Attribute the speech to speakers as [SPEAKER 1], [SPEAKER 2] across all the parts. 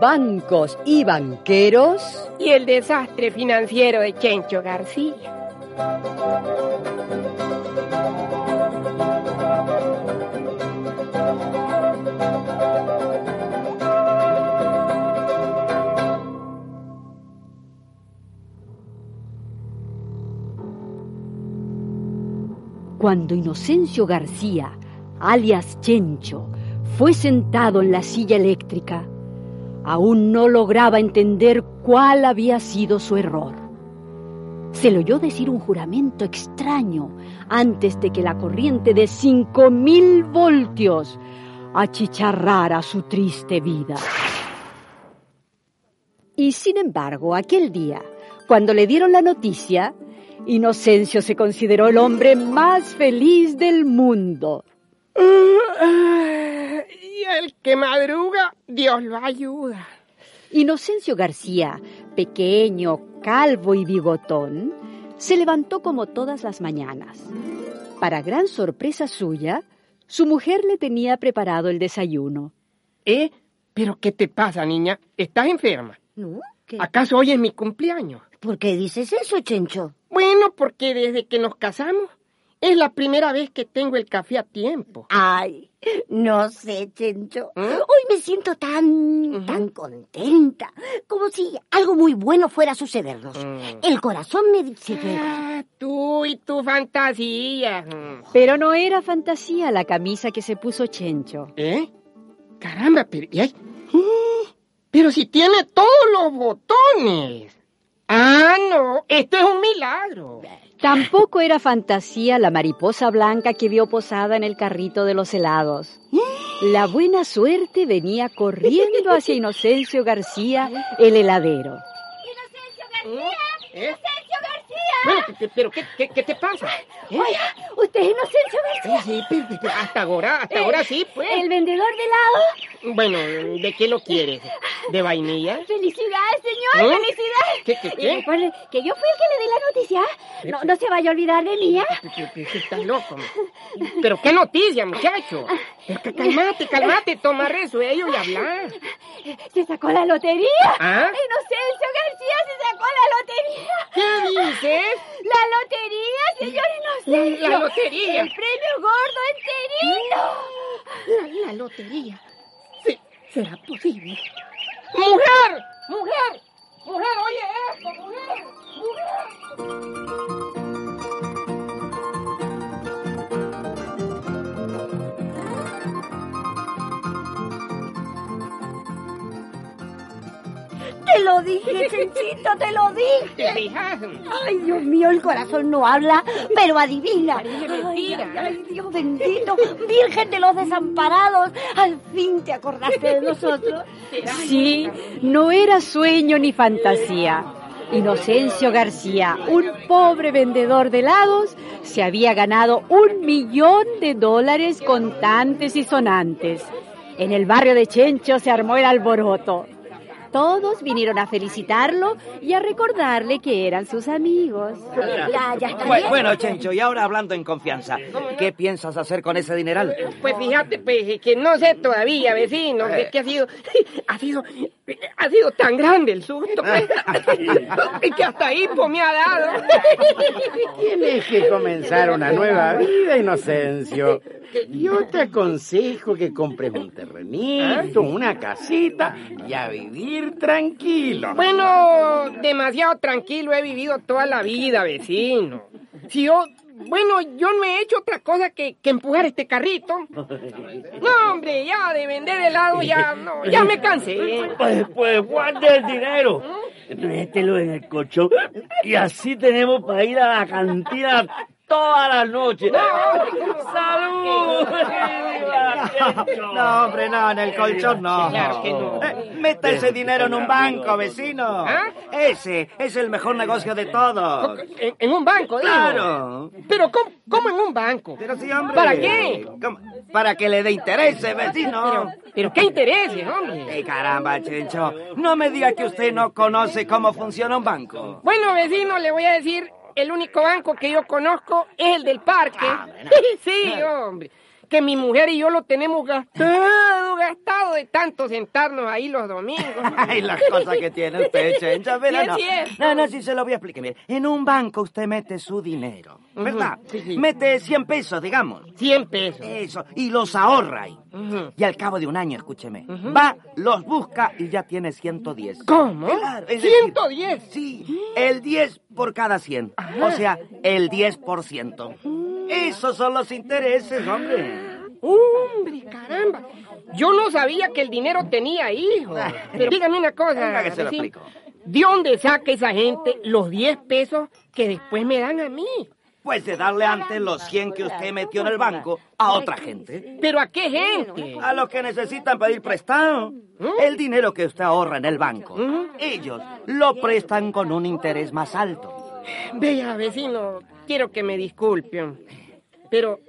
[SPEAKER 1] bancos y banqueros.
[SPEAKER 2] Y el desastre financiero de Chencho García.
[SPEAKER 3] Cuando Inocencio García, alias Chencho, fue sentado en la silla eléctrica, aún no lograba entender cuál había sido su error. Se le oyó decir un juramento extraño antes de que la corriente de cinco mil voltios achicharrara su triste vida.
[SPEAKER 1] Y sin embargo, aquel día, cuando le dieron la noticia, Inocencio se consideró el hombre más feliz del mundo.
[SPEAKER 2] Uh, uh, y el que madruga, Dios lo ayuda.
[SPEAKER 1] Inocencio García, pequeño, calvo y bigotón, se levantó como todas las mañanas. Para gran sorpresa suya, su mujer le tenía preparado el desayuno.
[SPEAKER 2] ¿Eh? ¿Pero qué te pasa, niña? ¿Estás enferma?
[SPEAKER 4] No. ¿qué?
[SPEAKER 2] ¿Acaso hoy es mi cumpleaños?
[SPEAKER 4] ¿Por qué dices eso, Chencho?
[SPEAKER 2] Bueno, porque desde que nos casamos es la primera vez que tengo el café a tiempo.
[SPEAKER 4] Ay, no sé, Chencho. ¿Eh? Hoy me siento tan, uh -huh. tan contenta, como si algo muy bueno fuera a sucedernos. Uh -huh. El corazón me dice que...
[SPEAKER 2] Mm. Ah, tú y tu fantasía.
[SPEAKER 1] Pero no era fantasía la camisa que se puso Chencho.
[SPEAKER 2] ¿Eh? Caramba, pero... ¿y hay? Pero si tiene todos los botones. Ah, no, esto es un milagro.
[SPEAKER 1] Tampoco era fantasía la mariposa blanca que vio posada en el carrito de los helados. La buena suerte venía corriendo hacia Inocencio García, el heladero.
[SPEAKER 5] ¡Inocencio García! ¡Inocencio García!
[SPEAKER 2] ¿Eh? Bueno, ¿qué, ¿pero qué, qué, qué, te pasa?
[SPEAKER 5] ¿Eh? Oiga, usted es Inocencio García.
[SPEAKER 2] Sí, sí pero, pero hasta ahora, hasta eh, ahora sí, pues.
[SPEAKER 5] ¿El vendedor de helado?
[SPEAKER 2] Bueno, ¿de qué lo quieres? ¿De vainilla?
[SPEAKER 5] ¡Felicidad, señor! ¿Eh? ¡Felicidad!
[SPEAKER 2] ¿Qué, qué, qué?
[SPEAKER 5] Recuerde que yo fui el que le di la noticia. No, no se vaya a olvidar de mí,
[SPEAKER 2] ¿eh? Estás loco. ¿Pero qué noticia, muchacho? Calmate, calmate, toma resuello y habla.
[SPEAKER 5] Se sacó la lotería.
[SPEAKER 2] ¿Ah?
[SPEAKER 5] Inocencio García se sacó la
[SPEAKER 2] lotería. ¿Qué dices?
[SPEAKER 5] La lotería, señor Inocencio.
[SPEAKER 2] La, la lotería.
[SPEAKER 5] El premio gordo enterito.
[SPEAKER 2] La, la lotería. Sí, será posible. ¡Mujer! ¡Mujer! ¡Mujer, oye esto! ¡Mujer!
[SPEAKER 4] ¡Mujer! Te lo dije, Chenchito, te lo dije. Ay, Dios mío, el corazón no habla, pero adivina. Ay, ay, Dios bendito, Virgen de los desamparados, al fin te acordaste de nosotros.
[SPEAKER 1] Sí, no era sueño ni fantasía. Inocencio García, un pobre vendedor de helados, se había ganado un millón de dólares contantes y sonantes. En el barrio de Chencho se armó el alboroto. Todos vinieron a felicitarlo y a recordarle que eran sus amigos.
[SPEAKER 4] Ya, ya está
[SPEAKER 6] bueno, bueno, Chencho, y ahora hablando en confianza, ¿qué piensas hacer con ese dineral?
[SPEAKER 2] Pues fíjate, pues, que no sé todavía, vecino, que, que ha sido, ha sido, ha sido tan grande el susto, pues, que hasta hipo me ha dado.
[SPEAKER 7] Tienes que comenzar una nueva vida, Inocencio. Yo te aconsejo que compres un terrenito, una casita y a vivir tranquilo.
[SPEAKER 2] Bueno, demasiado tranquilo he vivido toda la vida, vecino. Si yo, bueno, yo no he hecho otra cosa que, que empujar este carrito. No, hombre, ya de vender helado ya, no, ya me cansé.
[SPEAKER 8] Pues, pues guarda el dinero. mételo en el colchón y así tenemos para ir a la cantina todas las noches. ¡Salud!
[SPEAKER 6] No, hombre, no, en el colchón no.
[SPEAKER 2] Claro que no.
[SPEAKER 6] Eh, meta ese dinero en un banco, vecino.
[SPEAKER 2] ¿Ah?
[SPEAKER 6] Ese es el mejor negocio de todos.
[SPEAKER 2] En, en un banco, digo.
[SPEAKER 6] Claro.
[SPEAKER 2] Pero ¿cómo, cómo en un banco?
[SPEAKER 6] Pero sí, hombre.
[SPEAKER 2] ¿Para qué?
[SPEAKER 6] ¿Cómo? Para que le dé interés, vecino.
[SPEAKER 2] Pero qué intereses, hombre.
[SPEAKER 6] Ey, caramba, Chencho. No me diga que usted no conoce cómo funciona un banco.
[SPEAKER 2] Bueno, vecino, le voy a decir, el único banco que yo conozco es el del parque.
[SPEAKER 6] Ah,
[SPEAKER 2] Sí, hombre. Que mi mujer y yo lo tenemos gastado, gastado de tanto sentarnos ahí los domingos.
[SPEAKER 6] Ay, las cosas que tiene usted, Chencho. Mira,
[SPEAKER 2] Sí, es
[SPEAKER 6] no.
[SPEAKER 2] cierto.
[SPEAKER 6] no, no, sí se lo voy a explicar. Mire, en un banco usted mete su dinero, ¿verdad?
[SPEAKER 2] Ujú, sí, sí.
[SPEAKER 6] Mete 100 pesos, digamos.
[SPEAKER 2] 100 pesos.
[SPEAKER 6] Eso, y los ahorra ahí.
[SPEAKER 2] Ujú.
[SPEAKER 6] Y al cabo de un año, escúcheme, va, los busca y ya tiene 110.
[SPEAKER 2] ¿Cómo?
[SPEAKER 6] Claro, es decir,
[SPEAKER 2] 110.
[SPEAKER 6] sí, el 10 por cada 100. O sea, el 10%. Esos son los intereses, hombre.
[SPEAKER 2] Hombre, caramba. Yo no sabía que el dinero tenía hijos. Pero dígame una cosa.
[SPEAKER 6] Venga, que se lo
[SPEAKER 2] vecino.
[SPEAKER 6] explico.
[SPEAKER 2] ¿De dónde saca esa gente los 10 pesos que después me dan a mí?
[SPEAKER 6] Pues de darle antes los 100 que usted metió en el banco a otra gente.
[SPEAKER 2] ¿Pero a qué gente?
[SPEAKER 6] A los que necesitan pedir prestado. El dinero que usted ahorra en el banco, ellos lo prestan con un interés más alto.
[SPEAKER 2] Vea, vecino, quiero que me disculpen. Pero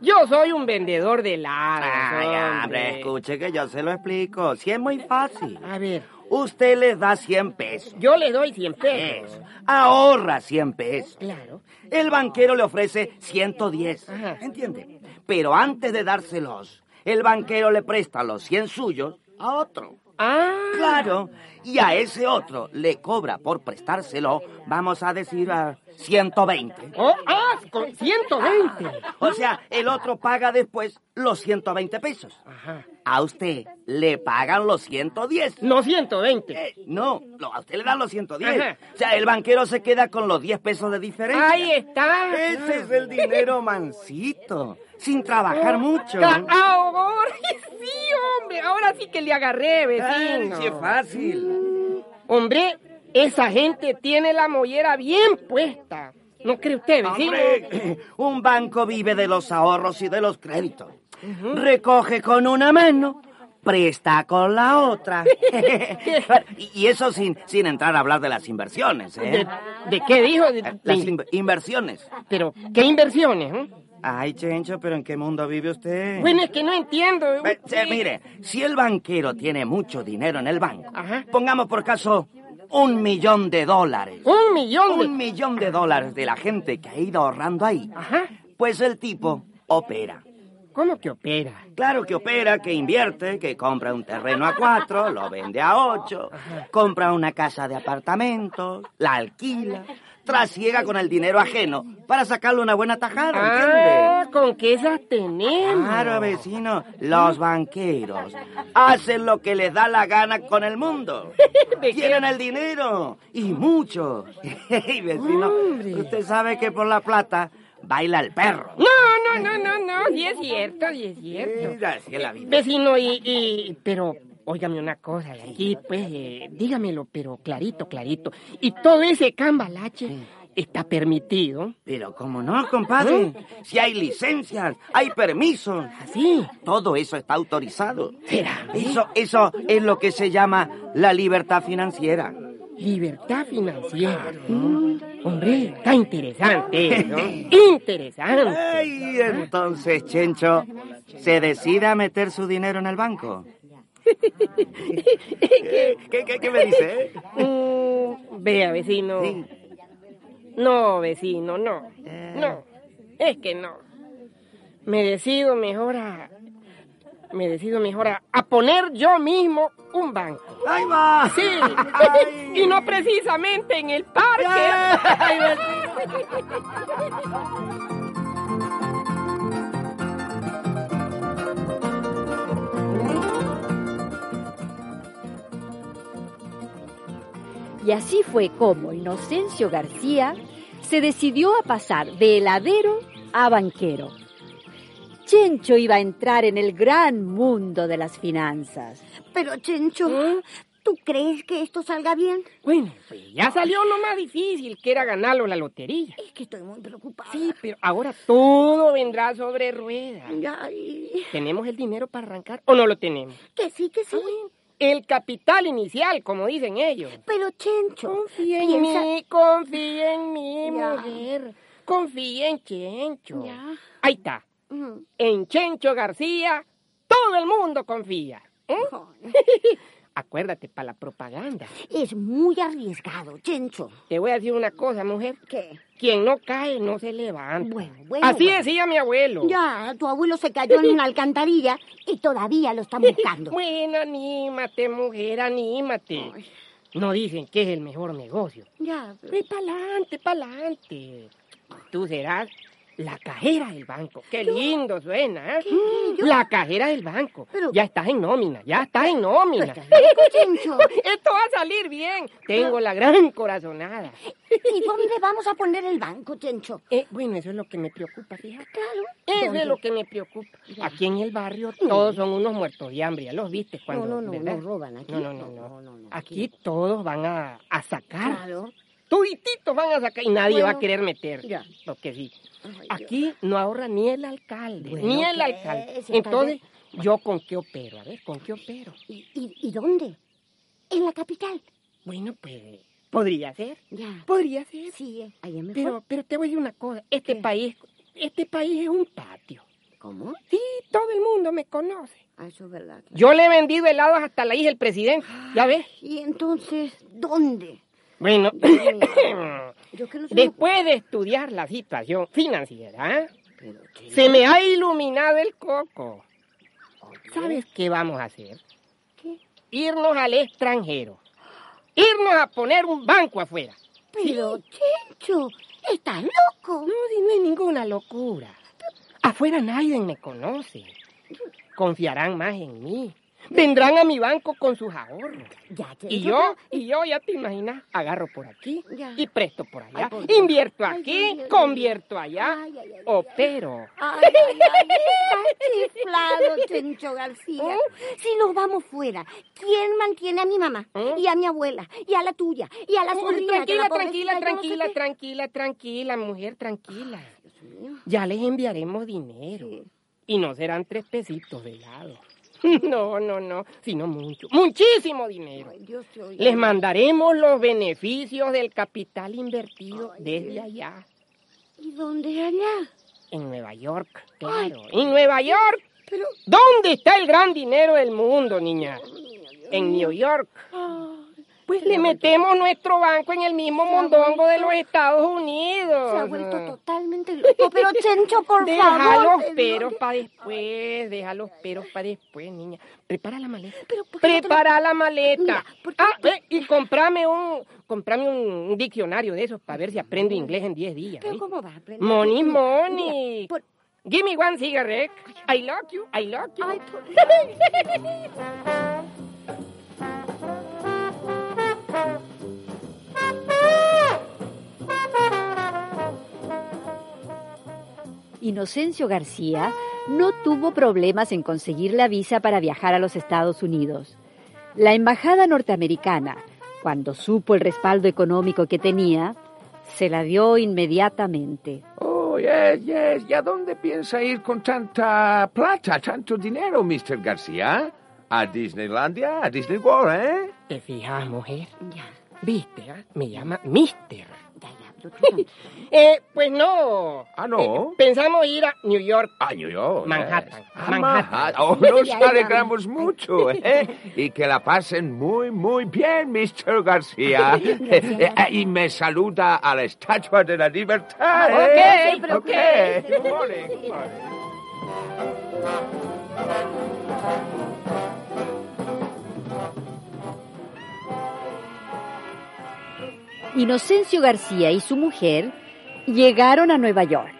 [SPEAKER 2] yo soy un vendedor de helados.
[SPEAKER 6] Ay, hombre,
[SPEAKER 2] hombre.
[SPEAKER 6] escuche que yo se lo explico. Si es muy fácil.
[SPEAKER 2] A ver,
[SPEAKER 6] Usted les da 100 pesos.
[SPEAKER 2] yo le doy 100 pesos.
[SPEAKER 6] Eso. Ahorra 100 pesos.
[SPEAKER 2] Claro.
[SPEAKER 6] El banquero le ofrece 110.
[SPEAKER 2] Ajá.
[SPEAKER 6] ¿Entiende? Pero antes de dárselos, el banquero le presta los 100 suyos a otro.
[SPEAKER 2] Ah,
[SPEAKER 6] Claro. Y a ese otro le cobra por prestárselo, vamos a decir, a 120.
[SPEAKER 2] oh, ah, con 120.
[SPEAKER 6] O sea, el otro paga después los 120 pesos.
[SPEAKER 2] Ajá.
[SPEAKER 6] A usted le pagan los 110.
[SPEAKER 2] No 120.
[SPEAKER 6] Eh, no, lo- a usted le dan los 110.
[SPEAKER 2] Ajá. eh.
[SPEAKER 6] O sea, el banquero se queda con los 10 pesos de diferencia.
[SPEAKER 2] Ahí está.
[SPEAKER 6] Ese es el dinero mansito, sin trabajar mucho.
[SPEAKER 2] Ca- ah, ahora sí, hombre. Ahora sí que le agarré,
[SPEAKER 6] Ay,
[SPEAKER 2] vecino.
[SPEAKER 6] sí es fácil.
[SPEAKER 2] Hombre, esa gente tiene la mollera bien puesta. ¿No cree usted, vecino?
[SPEAKER 6] Hombre, un banco vive de los ahorros y de los créditos. Recoge con una mano, presta con la otra. y y eso sin, sin entrar a hablar de las inversiones, ¿eh? Ah,
[SPEAKER 2] ¿De, de qué dijo? De- de-
[SPEAKER 6] Las in- inversiones.
[SPEAKER 2] pero, ¿qué inversiones? eh?
[SPEAKER 6] Ay, Chencho, pero ¿en qué mundo vive usted?
[SPEAKER 2] Bueno, es que no entiendo. eh.
[SPEAKER 6] Ve- se- mire, si el banquero tiene mucho dinero en el banco,
[SPEAKER 2] Ajá.
[SPEAKER 6] pongamos por caso un millón de dólares.
[SPEAKER 2] Un millón de...
[SPEAKER 6] Un millón de dólares de la gente que ha ido ahorrando ahí.
[SPEAKER 2] Ajá.
[SPEAKER 6] Pues el tipo opera.
[SPEAKER 2] ¿Cómo que opera?
[SPEAKER 6] Claro que opera, que invierte, que compra un terreno a cuatro, lo vende a ocho, compra una casa de apartamentos, la alquila, trasiega con el dinero ajeno para sacarle una buena tajada, ¿entiende?
[SPEAKER 2] Ah, ¿con qué esas tenemos?
[SPEAKER 6] Claro, vecino, los banqueros hacen lo que les da la gana con el mundo.
[SPEAKER 2] ¿De qué?
[SPEAKER 6] Quieren el dinero y mucho. Y vecino, usted sabe que por la plata baila el perro.
[SPEAKER 2] No, no, no, no, no, sí es cierto, sí es cierto.
[SPEAKER 6] Mira, así es la vida.
[SPEAKER 2] Vecino, y, y- pero, óigame una cosa, y aquí, pues, eh, dígamelo, pero clarito, clarito. Y todo ese cambalache está permitido.
[SPEAKER 6] Pero cómo no, compadre. Si hay licencias, hay permisos.
[SPEAKER 2] Así.
[SPEAKER 6] Todo eso está autorizado.
[SPEAKER 2] ¿Será?
[SPEAKER 6] Eso, eso es lo que se llama la libertad financiera.
[SPEAKER 2] Libertad financiera.
[SPEAKER 6] Mm.
[SPEAKER 2] Hombre, está interesante, ¿no? interesante.
[SPEAKER 6] Ay, entonces, Chencho, ¿se decide a meter su dinero en el banco? ¿Qué, qué, qué- qué me dice?
[SPEAKER 2] Mm, vea, vecino.
[SPEAKER 6] Sí. Eh.
[SPEAKER 2] No, vecino, no. No, es que no. Me decido mejor a... Me decido mejor a, a poner yo mismo un banco.
[SPEAKER 6] ¡Ahí va!
[SPEAKER 2] Sí,
[SPEAKER 6] Ay.
[SPEAKER 2] y no precisamente en el parque.
[SPEAKER 6] Ay,
[SPEAKER 3] Y así fue como Inocencio García se decidió a pasar de heladero a banquero. Chencho iba a entrar en el gran mundo de las finanzas.
[SPEAKER 4] Pero, Chencho, ¿Tú crees que esto salga bien?
[SPEAKER 2] Bueno, pues ya salió lo más difícil, que era ganarlo la lotería.
[SPEAKER 4] Es que estoy muy preocupada.
[SPEAKER 2] Sí, pero ahora todo vendrá sobre ruedas.
[SPEAKER 4] Ay,
[SPEAKER 2] ¿Tenemos el dinero para arrancar o no lo tenemos?
[SPEAKER 4] que sí, que sí.
[SPEAKER 2] El capital inicial, como dicen ellos.
[SPEAKER 4] Pero, Chencho,
[SPEAKER 2] Confía en
[SPEAKER 4] piensa-
[SPEAKER 2] mí, confía en mí,
[SPEAKER 4] Ya.
[SPEAKER 2] mujer. Confía en Chencho.
[SPEAKER 4] Ya.
[SPEAKER 2] Ahí está.
[SPEAKER 4] Mm.
[SPEAKER 2] En Chencho García, todo el mundo confía. ¿eh? Acuérdate, para la propaganda.
[SPEAKER 4] Es muy arriesgado, Chencho.
[SPEAKER 2] Te voy a decir una cosa, mujer.
[SPEAKER 4] ¿Qué?
[SPEAKER 2] Quien no cae, no se levanta.
[SPEAKER 4] Bueno, bueno,
[SPEAKER 2] Así
[SPEAKER 4] bueno.
[SPEAKER 2] decía mi abuelo.
[SPEAKER 4] Ya, tu abuelo se cayó en una alcantarilla y todavía lo están buscando.
[SPEAKER 2] Bueno, anímate, mujer, anímate.
[SPEAKER 4] Ay.
[SPEAKER 2] No dicen que es el mejor negocio.
[SPEAKER 4] Ya,
[SPEAKER 2] Es pa'lante, pa'lante. Tú serás la cajera del banco. Qué lindo suena, ¿eh?
[SPEAKER 4] ¿Qué? Yo-
[SPEAKER 2] La cajera del banco.
[SPEAKER 4] Pero-
[SPEAKER 2] Ya estás en nómina, ya estás en nómina.
[SPEAKER 4] Pues, rico, Chencho.
[SPEAKER 2] Esto va a salir bien. Tengo la gran corazonada.
[SPEAKER 4] ¿Y dónde vamos a poner el banco, Chencho?
[SPEAKER 2] Eh, bueno, eso es lo que me preocupa, fíjate.
[SPEAKER 4] Claro.
[SPEAKER 2] Eso
[SPEAKER 4] ¿Dónde?
[SPEAKER 2] es lo que me preocupa. Aquí en el barrio todos son unos muertos de hambre, ya los viste cuando...
[SPEAKER 4] no, no,
[SPEAKER 2] ¿verdad?
[SPEAKER 4] nos roban aquí.
[SPEAKER 2] No, no, no,
[SPEAKER 4] No,
[SPEAKER 2] no.
[SPEAKER 4] no, no,
[SPEAKER 2] Aquí todos van a, a sacar.
[SPEAKER 4] Claro.
[SPEAKER 2] Todititos van a sacar y nadie
[SPEAKER 4] Bueno,
[SPEAKER 2] va a querer meter.
[SPEAKER 4] ya.
[SPEAKER 2] Porque sí.
[SPEAKER 4] Ay, Dios.
[SPEAKER 2] Aquí no ahorra ni el alcalde,
[SPEAKER 4] Bueno,
[SPEAKER 2] ni el
[SPEAKER 4] pues,
[SPEAKER 2] alcalde.
[SPEAKER 4] si
[SPEAKER 2] Entonces, ¿yo con qué opero? A ver, ¿con qué opero?
[SPEAKER 4] ¿Y, y, y dónde? En la capital.
[SPEAKER 2] Bueno, pues, podría ser.
[SPEAKER 4] Ya.
[SPEAKER 2] Podría ser.
[SPEAKER 4] Sí, eh, ahí es mejor.
[SPEAKER 2] Pero, pero te voy a decir una cosa. Este
[SPEAKER 4] ¿Qué?
[SPEAKER 2] país, este país es un patio.
[SPEAKER 4] ¿Cómo?
[SPEAKER 2] Sí, todo el mundo me conoce.
[SPEAKER 4] Ah, eso es verdad.
[SPEAKER 2] Yo le he vendido helados hasta la hija del presidente. ¿Ya ves?
[SPEAKER 4] ¿Y entonces dónde?
[SPEAKER 2] Bueno,
[SPEAKER 4] Yo que no sé.
[SPEAKER 2] después de estudiar la situación financiera, ¿eh? se me ha iluminado el coco. ¿Sabes qué vamos a hacer?
[SPEAKER 4] ¿Qué?
[SPEAKER 2] Irnos al extranjero. Irnos a poner un banco afuera.
[SPEAKER 4] Pero, Chencho, estás loco.
[SPEAKER 2] No, si no es ninguna locura. Afuera nadie me conoce. Confiarán más en mí. Vendrán a mi banco con sus ahorros.
[SPEAKER 4] Ya, Chencho.
[SPEAKER 2] Y yo, y yo, ya te imaginas, agarro por aquí
[SPEAKER 4] Ya.
[SPEAKER 2] y presto por allá.
[SPEAKER 4] Ay, por Dios.
[SPEAKER 2] invierto
[SPEAKER 4] Ay, Dios,
[SPEAKER 2] aquí,
[SPEAKER 4] Dios, Dios.
[SPEAKER 2] convierto allá,
[SPEAKER 4] Ay, ay, ay,
[SPEAKER 2] opero.
[SPEAKER 4] Ay, ay, ay, estás chiflado, Chencho García. Si nos vamos fuera, ¿quién mantiene a mi mamá?
[SPEAKER 2] ¿Eh?
[SPEAKER 4] Y a mi abuela, y a la tuya, y a la
[SPEAKER 2] Uy,
[SPEAKER 4] sobrina. que
[SPEAKER 2] tranquila,
[SPEAKER 4] la
[SPEAKER 2] tranquila,
[SPEAKER 4] pobrecita, yo no sé
[SPEAKER 2] tranquila,
[SPEAKER 4] qué.
[SPEAKER 2] tranquila, tranquila, mujer, tranquila.
[SPEAKER 4] Dios mío.
[SPEAKER 2] Ya les enviaremos dinero.
[SPEAKER 4] Sí.
[SPEAKER 2] Y no serán tres pesitos de helado. No, no, no, sino mucho, muchísimo dinero.
[SPEAKER 4] Ay, Dios te oiga.
[SPEAKER 2] Les mandaremos los beneficios del capital invertido desde allá.
[SPEAKER 4] ¿Y dónde allá?
[SPEAKER 2] En Nueva York, claro. En Nueva York.
[SPEAKER 4] Pero,
[SPEAKER 2] ¿Dónde está el gran dinero del mundo, niña? En New York. Pues le metemos nuestro banco en el mismo
[SPEAKER 4] Se ha
[SPEAKER 2] mondongo de
[SPEAKER 4] vuelto-
[SPEAKER 2] los Estados
[SPEAKER 4] se ha
[SPEAKER 2] Unidos.
[SPEAKER 4] vuelto totalmente loco. Pero, Chencho, por
[SPEAKER 2] Deja
[SPEAKER 4] favor.
[SPEAKER 2] los
[SPEAKER 4] te digo
[SPEAKER 2] peros
[SPEAKER 4] que-
[SPEAKER 2] para después, deja los peros para después, niña. Prepara la maleta.
[SPEAKER 4] Pero, ¿por qué no te lo-
[SPEAKER 2] Prepara la maleta.
[SPEAKER 4] Mira, ¿por qué
[SPEAKER 2] Ah,
[SPEAKER 4] no te-
[SPEAKER 2] eh, y comprame un, comprame un, un diccionario de esos para ver si aprendo inglés en 10 días.
[SPEAKER 4] Pero,
[SPEAKER 2] ¿eh?
[SPEAKER 4] ¿cómo va a aprender? Mira,
[SPEAKER 2] Money,
[SPEAKER 4] mira,
[SPEAKER 2] money.
[SPEAKER 4] por-
[SPEAKER 2] Give me one cigarette. I love you, I love you.
[SPEAKER 4] Ay, por-
[SPEAKER 1] Inocencio García no tuvo problemas en conseguir la visa para viajar a los Estados Unidos. La embajada norteamericana, cuando supo el respaldo económico que tenía, se la dio inmediatamente.
[SPEAKER 9] Oh, yes, yes. ¿Y a dónde piensa ir con tanta plata, tanto dinero, Mr. García? ¿A Disneylandia? ¿A Disney World, eh?
[SPEAKER 2] ¿Te fijas, mujer?
[SPEAKER 4] Ya,
[SPEAKER 2] ¿Viste? ah? Me llama Mister.
[SPEAKER 4] ya, ya. yo te-
[SPEAKER 2] Eh, pues no.
[SPEAKER 9] Ah, no.
[SPEAKER 2] Eh, pensamos ir a New York.
[SPEAKER 9] A New York.
[SPEAKER 2] Manhattan,
[SPEAKER 9] yes. Ah,
[SPEAKER 2] Manhattan.
[SPEAKER 9] Manhattan. Oh,
[SPEAKER 4] Sí,
[SPEAKER 9] nos
[SPEAKER 4] ahí va.
[SPEAKER 9] alegramos mucho, ¿eh? Y que la pasen muy, muy bien, Mr. García. Eh, eh, y me saluda a la Estatua de la Libertad, ¿eh?
[SPEAKER 4] Ok,
[SPEAKER 9] Ok, Good morning. Good morning.
[SPEAKER 1] Inocencio García y su mujer llegaron a Nueva York.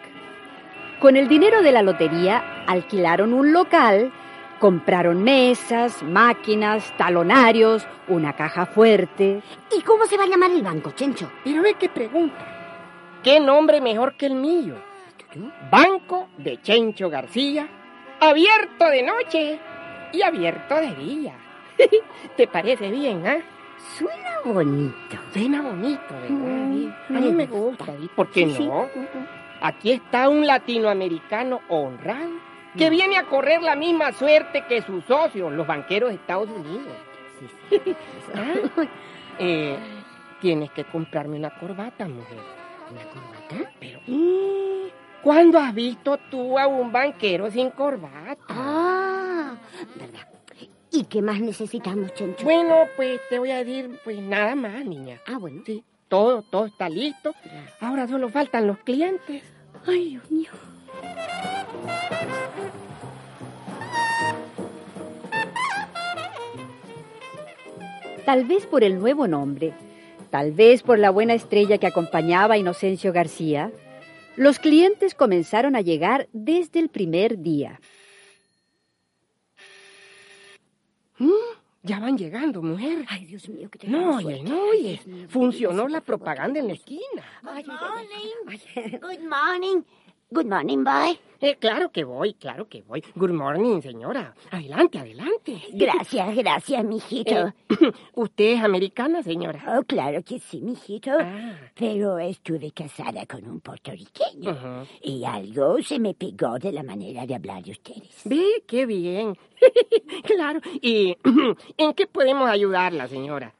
[SPEAKER 1] Con el dinero de la lotería alquilaron un local, compraron mesas, máquinas, talonarios, una caja fuerte.
[SPEAKER 4] ¿Y cómo se va a llamar el banco, Chencho?
[SPEAKER 2] Pero ve qué pregunta. ¿Qué nombre mejor que el mío? Banco de Chencho García, abierto de noche y abierto de día. ¿Te parece bien, ah?
[SPEAKER 4] Suena bonito.
[SPEAKER 2] Suena bonito, ¿verdad? a mí Mm, me gusta. Mm, ¿Y por qué no? Aquí está un latinoamericano honrado que viene a correr la misma suerte que sus socios, los banqueros de Estados Unidos. Ah, eh, tienes que comprarme una corbata, mujer.
[SPEAKER 4] ¿Una corbata?
[SPEAKER 2] Pero, mm, ¿cuándo has visto tú a un banquero sin corbata?
[SPEAKER 4] Ah, ¿verdad? ¿Y qué más necesitamos, Chencho?
[SPEAKER 2] Bueno, pues te voy a decir, pues nada más, niña.
[SPEAKER 4] Ah, bueno.
[SPEAKER 2] Sí, todo, todo está listo. Ahora solo faltan los clientes.
[SPEAKER 4] Ay, Dios mío.
[SPEAKER 1] Tal vez por el nuevo nombre, tal vez por la buena estrella que acompañaba a Inocencio García, los clientes comenzaron a llegar desde el primer día.
[SPEAKER 2] Mm, Ya van llegando, mujer.
[SPEAKER 4] Ay, Dios mío, que te
[SPEAKER 2] No oyes, no oyes. Funcionó la propaganda en la esquina.
[SPEAKER 4] morning. Good morning. Good morning, boy.
[SPEAKER 2] Eh, claro que voy, claro que voy. Good morning, señora. Adelante, adelante.
[SPEAKER 4] Gracias, gracias, mijito.
[SPEAKER 2] Eh, ¿Usted es americana, señora?
[SPEAKER 4] Oh, claro que sí, mijito.
[SPEAKER 2] Ah.
[SPEAKER 4] Pero estuve casada con un puertorriqueño.
[SPEAKER 2] Ajá.
[SPEAKER 4] Y algo se me pegó de la manera de hablar de ustedes.
[SPEAKER 2] Ve, qué bien. claro. ¿Y en qué podemos ayudarla, señora?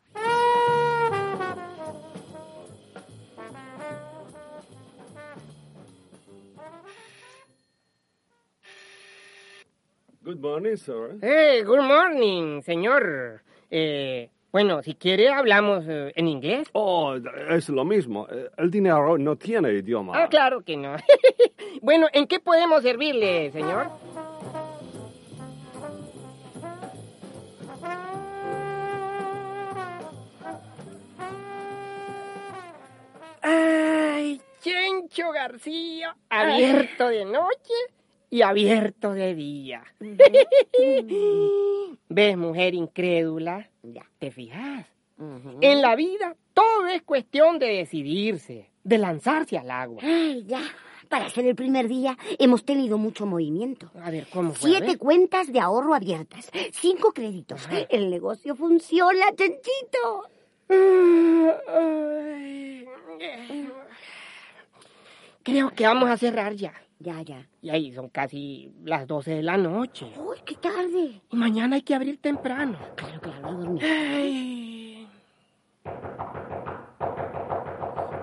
[SPEAKER 10] Good morning, sir.
[SPEAKER 2] Eh, good morning, señor. Eh, bueno, si quiere hablamos eh, en inglés.
[SPEAKER 10] Oh, es lo mismo. El dinero no tiene idioma.
[SPEAKER 2] Ah, claro que no. bueno, ¿en qué podemos servirle, señor? Ay, Chencho García, abierto de noche y abierto de día. ¿Ves, mujer incrédula? ¿Te fijas? En la vida todo es cuestión de decidirse, de lanzarse al agua.
[SPEAKER 4] Ay, ya. Para ser el primer día hemos tenido mucho movimiento.
[SPEAKER 2] A ver, ¿cómo fue? A
[SPEAKER 4] Siete
[SPEAKER 2] ver.
[SPEAKER 4] cuentas de ahorro abiertas, cinco créditos. El negocio funciona, chanchito.
[SPEAKER 2] Creo que vamos a cerrar ya.
[SPEAKER 4] Ya, ya.
[SPEAKER 2] Y ahí son casi las 12 de la noche.
[SPEAKER 4] Uy, qué tarde.
[SPEAKER 2] Y mañana hay que abrir temprano.
[SPEAKER 4] Claro, claro, a dormir.
[SPEAKER 2] Ay.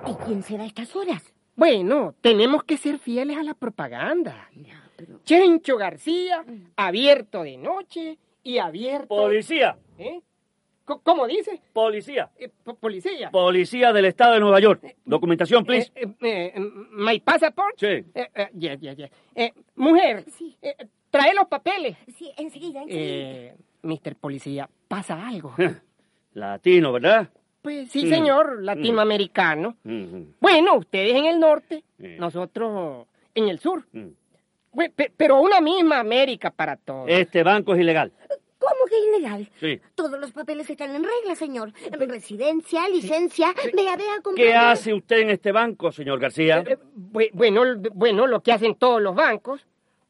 [SPEAKER 4] ¿Y quién será a estas horas?
[SPEAKER 2] Bueno, tenemos que ser fieles a la propaganda.
[SPEAKER 4] No, pero...
[SPEAKER 2] Chencho García, abierto de noche y abierto...
[SPEAKER 8] Policía,
[SPEAKER 2] ¿Eh? Co- ¿Cómo dice?
[SPEAKER 8] policía,
[SPEAKER 2] Eh, po- ¿Policía?
[SPEAKER 8] policía del estado de Nueva York. Documentación, please.
[SPEAKER 2] Eh, eh, eh, ¿My passport?
[SPEAKER 8] Sí.
[SPEAKER 2] Eh, eh, yes, yes, yes. Eh, mujer,
[SPEAKER 4] Sí.
[SPEAKER 2] eh, trae los papeles.
[SPEAKER 4] Sí, enseguida, enseguida.
[SPEAKER 2] Eh, Mister Policía, ¿pasa algo?
[SPEAKER 8] Latino, ¿verdad?
[SPEAKER 2] Pues sí, señor, latinoamericano.
[SPEAKER 8] Mm, mm,
[SPEAKER 2] Bueno, ustedes en el norte,
[SPEAKER 8] Sí.
[SPEAKER 2] nosotros en el sur.
[SPEAKER 8] mm.
[SPEAKER 2] Bueno, pe- Pero una misma América para todos.
[SPEAKER 8] Este banco es ilegal.
[SPEAKER 4] ¿Cómo que ilegal?
[SPEAKER 8] Sí.
[SPEAKER 4] Todos los papeles están en regla, señor. Residencia, licencia, vea, vea,
[SPEAKER 8] ¿Qué
[SPEAKER 4] comprende.
[SPEAKER 8] hace usted en este banco, señor García?
[SPEAKER 2] Eh, bu- bueno, l- bueno, lo que hacen todos los bancos,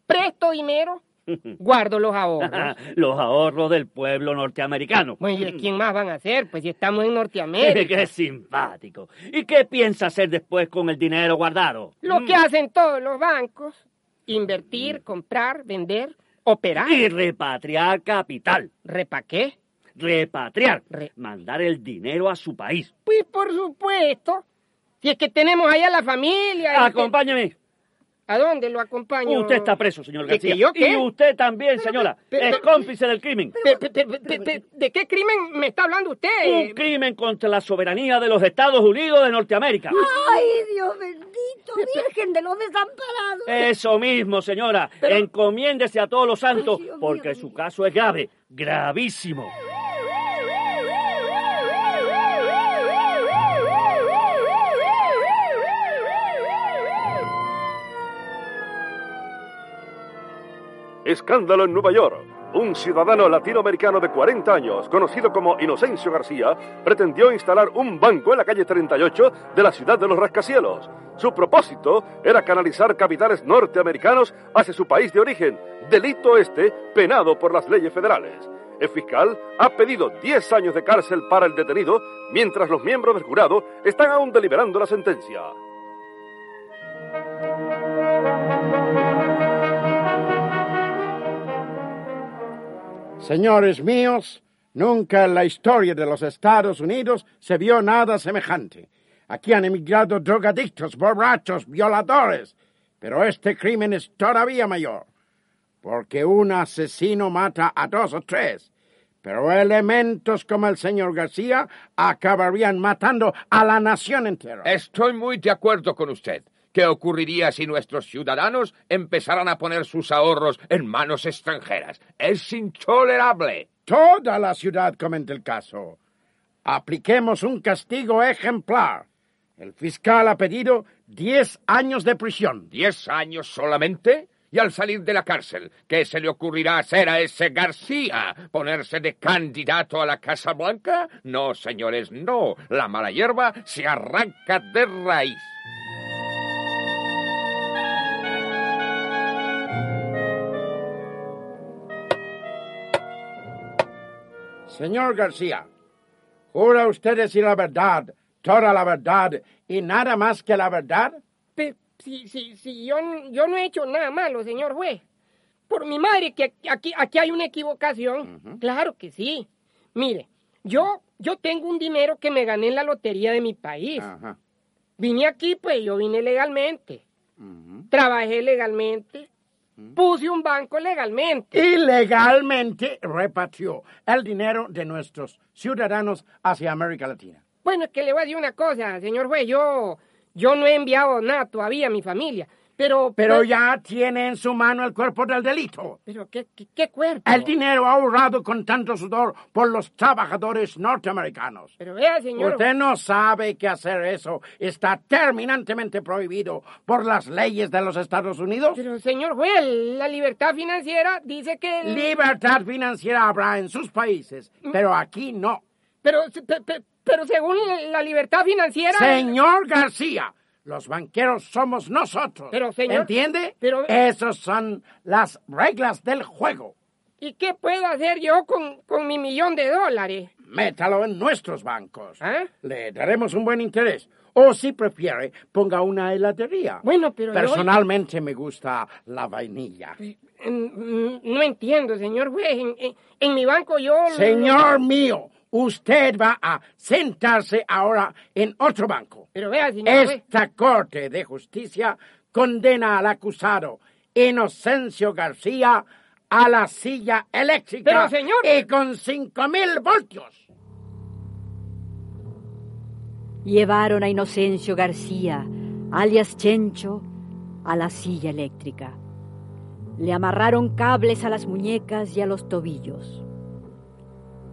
[SPEAKER 2] presto dinero, guardo los ahorros.
[SPEAKER 8] Los ahorros del pueblo norteamericano.
[SPEAKER 2] Bueno, ¿y de quién más van a hacer? Pues si estamos en Norteamérica.
[SPEAKER 8] Qué simpático. ¿Y qué piensa hacer después con el dinero guardado?
[SPEAKER 2] Lo que hacen todos los bancos,
[SPEAKER 8] Mm.
[SPEAKER 2] invertir, comprar, vender, operar.
[SPEAKER 8] Y repatriar capital.
[SPEAKER 2] ¿Repaqué?
[SPEAKER 8] Repatriar.
[SPEAKER 2] Re-
[SPEAKER 8] Mandar el dinero a su país.
[SPEAKER 2] Pues por supuesto. Si es que tenemos allá la familia. este-
[SPEAKER 8] Acompáñeme.
[SPEAKER 2] ¿A dónde lo acompaño?
[SPEAKER 8] Usted está preso, señor
[SPEAKER 2] ¿Que-
[SPEAKER 8] García.
[SPEAKER 2] que yo qué?
[SPEAKER 8] Y usted también, señora.
[SPEAKER 2] pero-
[SPEAKER 8] es cómplice del crimen.
[SPEAKER 2] Pe- pe- pe- pe- pe- ¿De qué crimen me está hablando
[SPEAKER 8] Un
[SPEAKER 2] usted?
[SPEAKER 8] crimen contra la soberanía de los Estados Unidos de Norteamérica.
[SPEAKER 2] Ah,
[SPEAKER 4] Ay, Dios bendito, virgen de los desamparados.
[SPEAKER 8] Eso mismo, señora. Encomiéndese a todos los santos,
[SPEAKER 4] Ay, Dios mío,
[SPEAKER 8] porque
[SPEAKER 4] Dios
[SPEAKER 8] su
[SPEAKER 4] mío.
[SPEAKER 8] caso es grave, gravísimo.
[SPEAKER 10] Escándalo en Nueva York. Un ciudadano latinoamericano de 40 años, conocido como Inocencio García, pretendió instalar un banco en la calle 38 de la ciudad de los rascacielos. Su propósito era canalizar capitales norteamericanos hacia su país de origen, delito este penado por las leyes federales. El fiscal ha pedido 10 años de cárcel para el detenido, mientras los miembros del jurado están aún deliberando la sentencia.
[SPEAKER 7] Señores míos, nunca en la historia de los Estados Unidos se vio nada semejante. Aquí han emigrado drogadictos, borrachos, violadores. Pero este crimen es todavía mayor, porque un asesino mata a dos o tres. Pero elementos como el señor García acabarían matando a la nación entera.
[SPEAKER 9] Estoy muy de acuerdo con usted. ¿Qué ocurriría si nuestros ciudadanos empezaran a poner sus ahorros en manos extranjeras? Es intolerable.
[SPEAKER 7] Toda la ciudad comenta el caso. Apliquemos un castigo ejemplar. El fiscal ha pedido 10 años de prisión.
[SPEAKER 9] ¿Diez años solamente? Y al salir de la cárcel, ¿qué se le ocurrirá hacer a ese García? ¿Ponerse de candidato a la Casa Blanca? No, señores, no. La mala hierba se arranca de raíz.
[SPEAKER 7] Señor García, ¿jura usted decir la verdad, toda la verdad y nada más que la verdad?
[SPEAKER 2] Pe- si, si, si yo, n- yo no he hecho nada malo, señor juez. Por mi madre, que aquí, aquí hay una equivocación. Claro que sí. Mire, yo, yo tengo un dinero que me gané en la lotería de mi país. Vine aquí, pues yo vine legalmente. Trabajé legalmente. Puse un banco legalmente.
[SPEAKER 7] Ilegalmente repatrió el dinero de nuestros ciudadanos hacia América Latina.
[SPEAKER 2] Bueno, es que le voy a decir una cosa, señor juez. Yo, yo no he enviado nada todavía a mi familia. Pero. pues,
[SPEAKER 7] Pero ya tiene en su mano el cuerpo del delito.
[SPEAKER 2] ¿Pero qué, qué, qué cuerpo?
[SPEAKER 7] El dinero ahorrado con tanto sudor por los trabajadores norteamericanos.
[SPEAKER 2] Pero vea, señor.
[SPEAKER 7] Usted no sabe que hacer eso está terminantemente prohibido por las leyes de los Estados Unidos.
[SPEAKER 2] Pero, señor juez, la libertad financiera dice que...
[SPEAKER 7] Libertad financiera habrá en sus países, pero aquí no.
[SPEAKER 2] Pero, pe- pe- pero según la libertad financiera...
[SPEAKER 7] Señor García, los banqueros somos nosotros.
[SPEAKER 2] Pero, señor-
[SPEAKER 7] ¿Entiende?
[SPEAKER 2] pero- eh.
[SPEAKER 7] Esas son las reglas del juego.
[SPEAKER 2] ¿Y qué puedo hacer yo con, con mi millón de dólares?
[SPEAKER 7] Métalo en nuestros bancos.
[SPEAKER 2] ¿Ah?
[SPEAKER 7] Le daremos un buen interés. O si prefiere, ponga una heladería.
[SPEAKER 2] Bueno, pero yo-
[SPEAKER 7] Personalmente me gusta la vainilla.
[SPEAKER 2] Mm, mm, No entiendo, señor juez. En, en- en mi banco yo...
[SPEAKER 7] Señor mío, usted va a sentarse ahora en otro banco.
[SPEAKER 2] Pero vea, señor juez.
[SPEAKER 7] Esta Corte de Justicia condena al acusado Inocencio García a la silla eléctrica
[SPEAKER 2] Pero, señor-
[SPEAKER 7] y con cinco mil voltios.
[SPEAKER 3] Llevaron a Inocencio García, alias Chencho, a la silla eléctrica. Le amarraron cables a las muñecas y a los tobillos.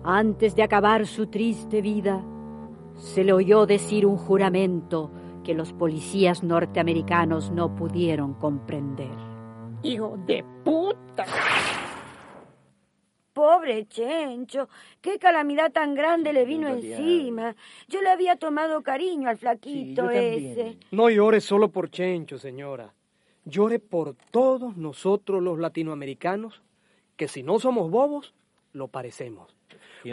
[SPEAKER 3] Antes de acabar su triste vida, se le oyó decir un juramento que los policías norteamericanos no pudieron comprender.
[SPEAKER 2] Hijo de puta.
[SPEAKER 4] Pobre Chencho, qué calamidad tan grande le vino encima. Yo le había tomado cariño al flaquito ese.
[SPEAKER 11] No llore solo por Chencho, señora. Llore por todos nosotros los latinoamericanos, que si no somos bobos, lo parecemos.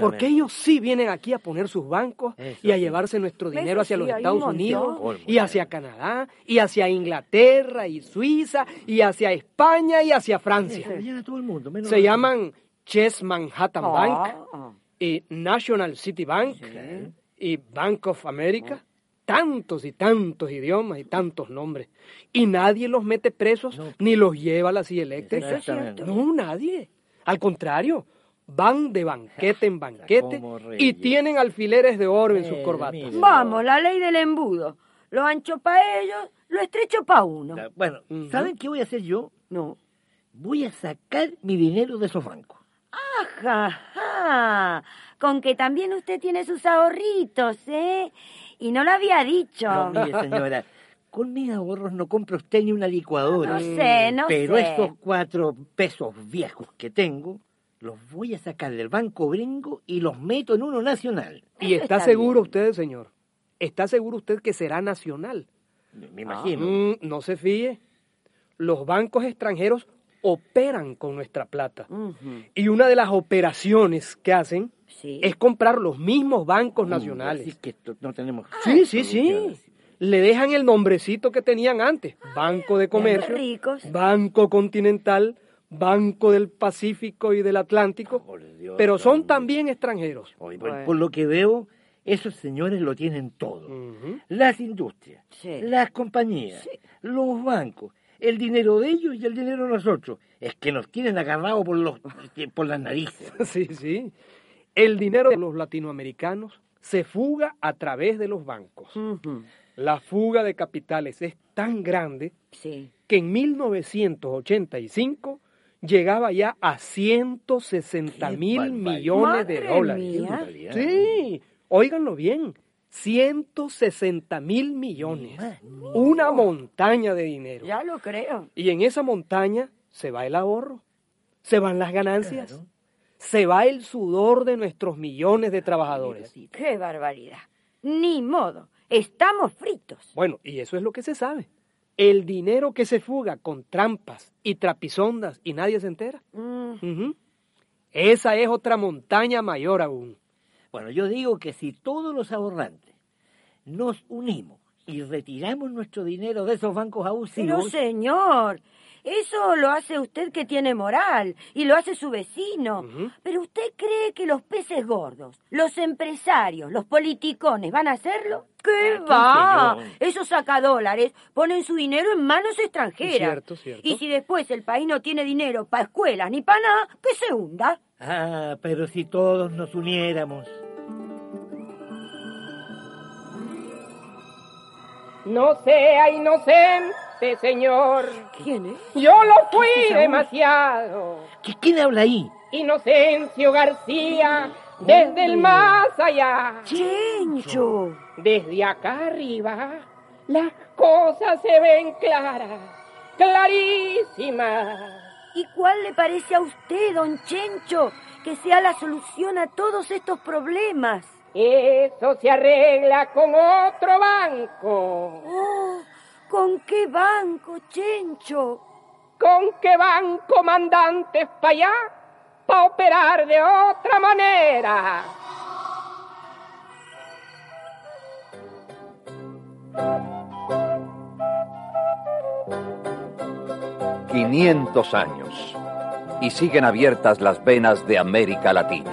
[SPEAKER 11] Porque ellos sí vienen aquí a poner sus bancos
[SPEAKER 8] Eso
[SPEAKER 11] y a
[SPEAKER 8] sí.
[SPEAKER 11] llevarse nuestro
[SPEAKER 8] Eso
[SPEAKER 11] dinero hacia
[SPEAKER 8] sí,
[SPEAKER 11] los
[SPEAKER 8] hay un
[SPEAKER 11] Estados
[SPEAKER 8] montón.
[SPEAKER 11] Unidos
[SPEAKER 8] Colmo,
[SPEAKER 11] y hacia Canadá y hacia Inglaterra y Suiza y hacia España y hacia Francia.
[SPEAKER 8] a todo el mundo, menos
[SPEAKER 11] Se llaman Chess Manhattan Bank
[SPEAKER 8] Ah,
[SPEAKER 11] y National City Bank y Bank of America. Tantos y tantos idiomas y tantos nombres. Y nadie los mete presos ni los lleva a la silla eléctrica.
[SPEAKER 8] Eso es cierto.
[SPEAKER 11] No, nadie. Al contrario, van de banquete en banquete
[SPEAKER 8] Como reyes.
[SPEAKER 11] y tienen alfileres de oro en sus corbatas.
[SPEAKER 4] Vamos, la ley del embudo. Lo ancho para ellos, lo estrecho para uno.
[SPEAKER 8] Bueno, ¿saben qué voy a hacer yo? No. Voy a sacar mi dinero de esos bancos.
[SPEAKER 4] Ajá, con que también usted tiene sus ahorritos, ¿eh? Y no lo había dicho.
[SPEAKER 8] No, mire, señora, con mis ahorros no compra usted ni una licuadora.
[SPEAKER 4] No sé, no
[SPEAKER 8] Pero
[SPEAKER 4] sé.
[SPEAKER 8] estos cuatro pesos viejos que tengo, los voy a sacar del banco gringo y los meto en uno nacional.
[SPEAKER 11] ¿Y está, seguro usted, señor? ¿Está seguro usted que será nacional?
[SPEAKER 8] Me imagino.
[SPEAKER 11] Mm, no se fíe. Los bancos extranjeros operan con nuestra plata. Y una de las operaciones que hacen es comprar los mismos
[SPEAKER 8] Mm,
[SPEAKER 11] bancos nacionales.
[SPEAKER 12] Así que esto no tenemos.
[SPEAKER 11] Sí, sí, sí. Le dejan el nombrecito que tenían antes. Banco de Comercio, Banco Continental, Banco del Pacífico y del Atlántico. pero son también extranjeros.
[SPEAKER 12] Por, por lo que veo, esos señores lo tienen todo. Las industrias, las compañías, los bancos, el dinero de ellos y el dinero de nosotros. Es que nos tienen agarrados por, los, por las narices.
[SPEAKER 11] Sí, sí. El dinero de los latinoamericanos se fuga a través de los bancos. La fuga de capitales es tan grande que en 1985 llegaba ya a 160 mil millones de
[SPEAKER 12] barbaridad.
[SPEAKER 11] dólares.
[SPEAKER 12] Madre mía.
[SPEAKER 11] Sí, óiganlo bien. 160 mil millones. Una montaña de dinero.
[SPEAKER 4] Ya lo creo.
[SPEAKER 11] Y en esa montaña se va el ahorro, se van las ganancias, se va el sudor de nuestros millones de trabajadores.
[SPEAKER 4] ¡Qué barbaridad! Ni modo. Estamos fritos.
[SPEAKER 11] Bueno, y eso es lo que se sabe. El dinero que se fuga con trampas y trapisondas y nadie se entera.
[SPEAKER 2] Mm.
[SPEAKER 11] Ujú. Esa es otra montaña mayor aún.
[SPEAKER 12] Bueno, yo digo que si todos los ahorrantes nos unimos y retiramos nuestro dinero de esos bancos
[SPEAKER 4] Pero
[SPEAKER 12] abusivos,
[SPEAKER 4] señor, eso lo hace usted que tiene moral y lo hace su vecino. Pero usted cree que los peces gordos, los empresarios, los politicones van a hacerlo? ¡Qué va!
[SPEAKER 5] señor.
[SPEAKER 4] Esos sacadólares ponen su dinero en manos extranjeras.
[SPEAKER 12] Cierto, cierto.
[SPEAKER 4] Y si después el país no tiene dinero para escuelas ni para nada, que se hunda.
[SPEAKER 12] ah, pero si todos nos uniéramos.
[SPEAKER 2] No sea inocente, señor.
[SPEAKER 4] ¿Quién es?
[SPEAKER 2] Yo lo fui
[SPEAKER 4] ¿Qué es esa
[SPEAKER 2] demasiado.
[SPEAKER 12] Este ¿Quién habla ahí?
[SPEAKER 2] Inocencio García, desde el más allá.
[SPEAKER 4] Chencho.
[SPEAKER 2] Desde acá arriba, las cosas se ven claras, clarísimas.
[SPEAKER 4] ¿Y cuál le parece a usted, don Chencho, que sea la solución a todos estos problemas?
[SPEAKER 2] Eso se arregla con otro banco.
[SPEAKER 4] Oh, ¿Con qué banco, Chencho?
[SPEAKER 2] ¿Con qué banco mandantes para allá? Para operar de otra manera.
[SPEAKER 13] ...500 años... ...y siguen abiertas las venas de América Latina.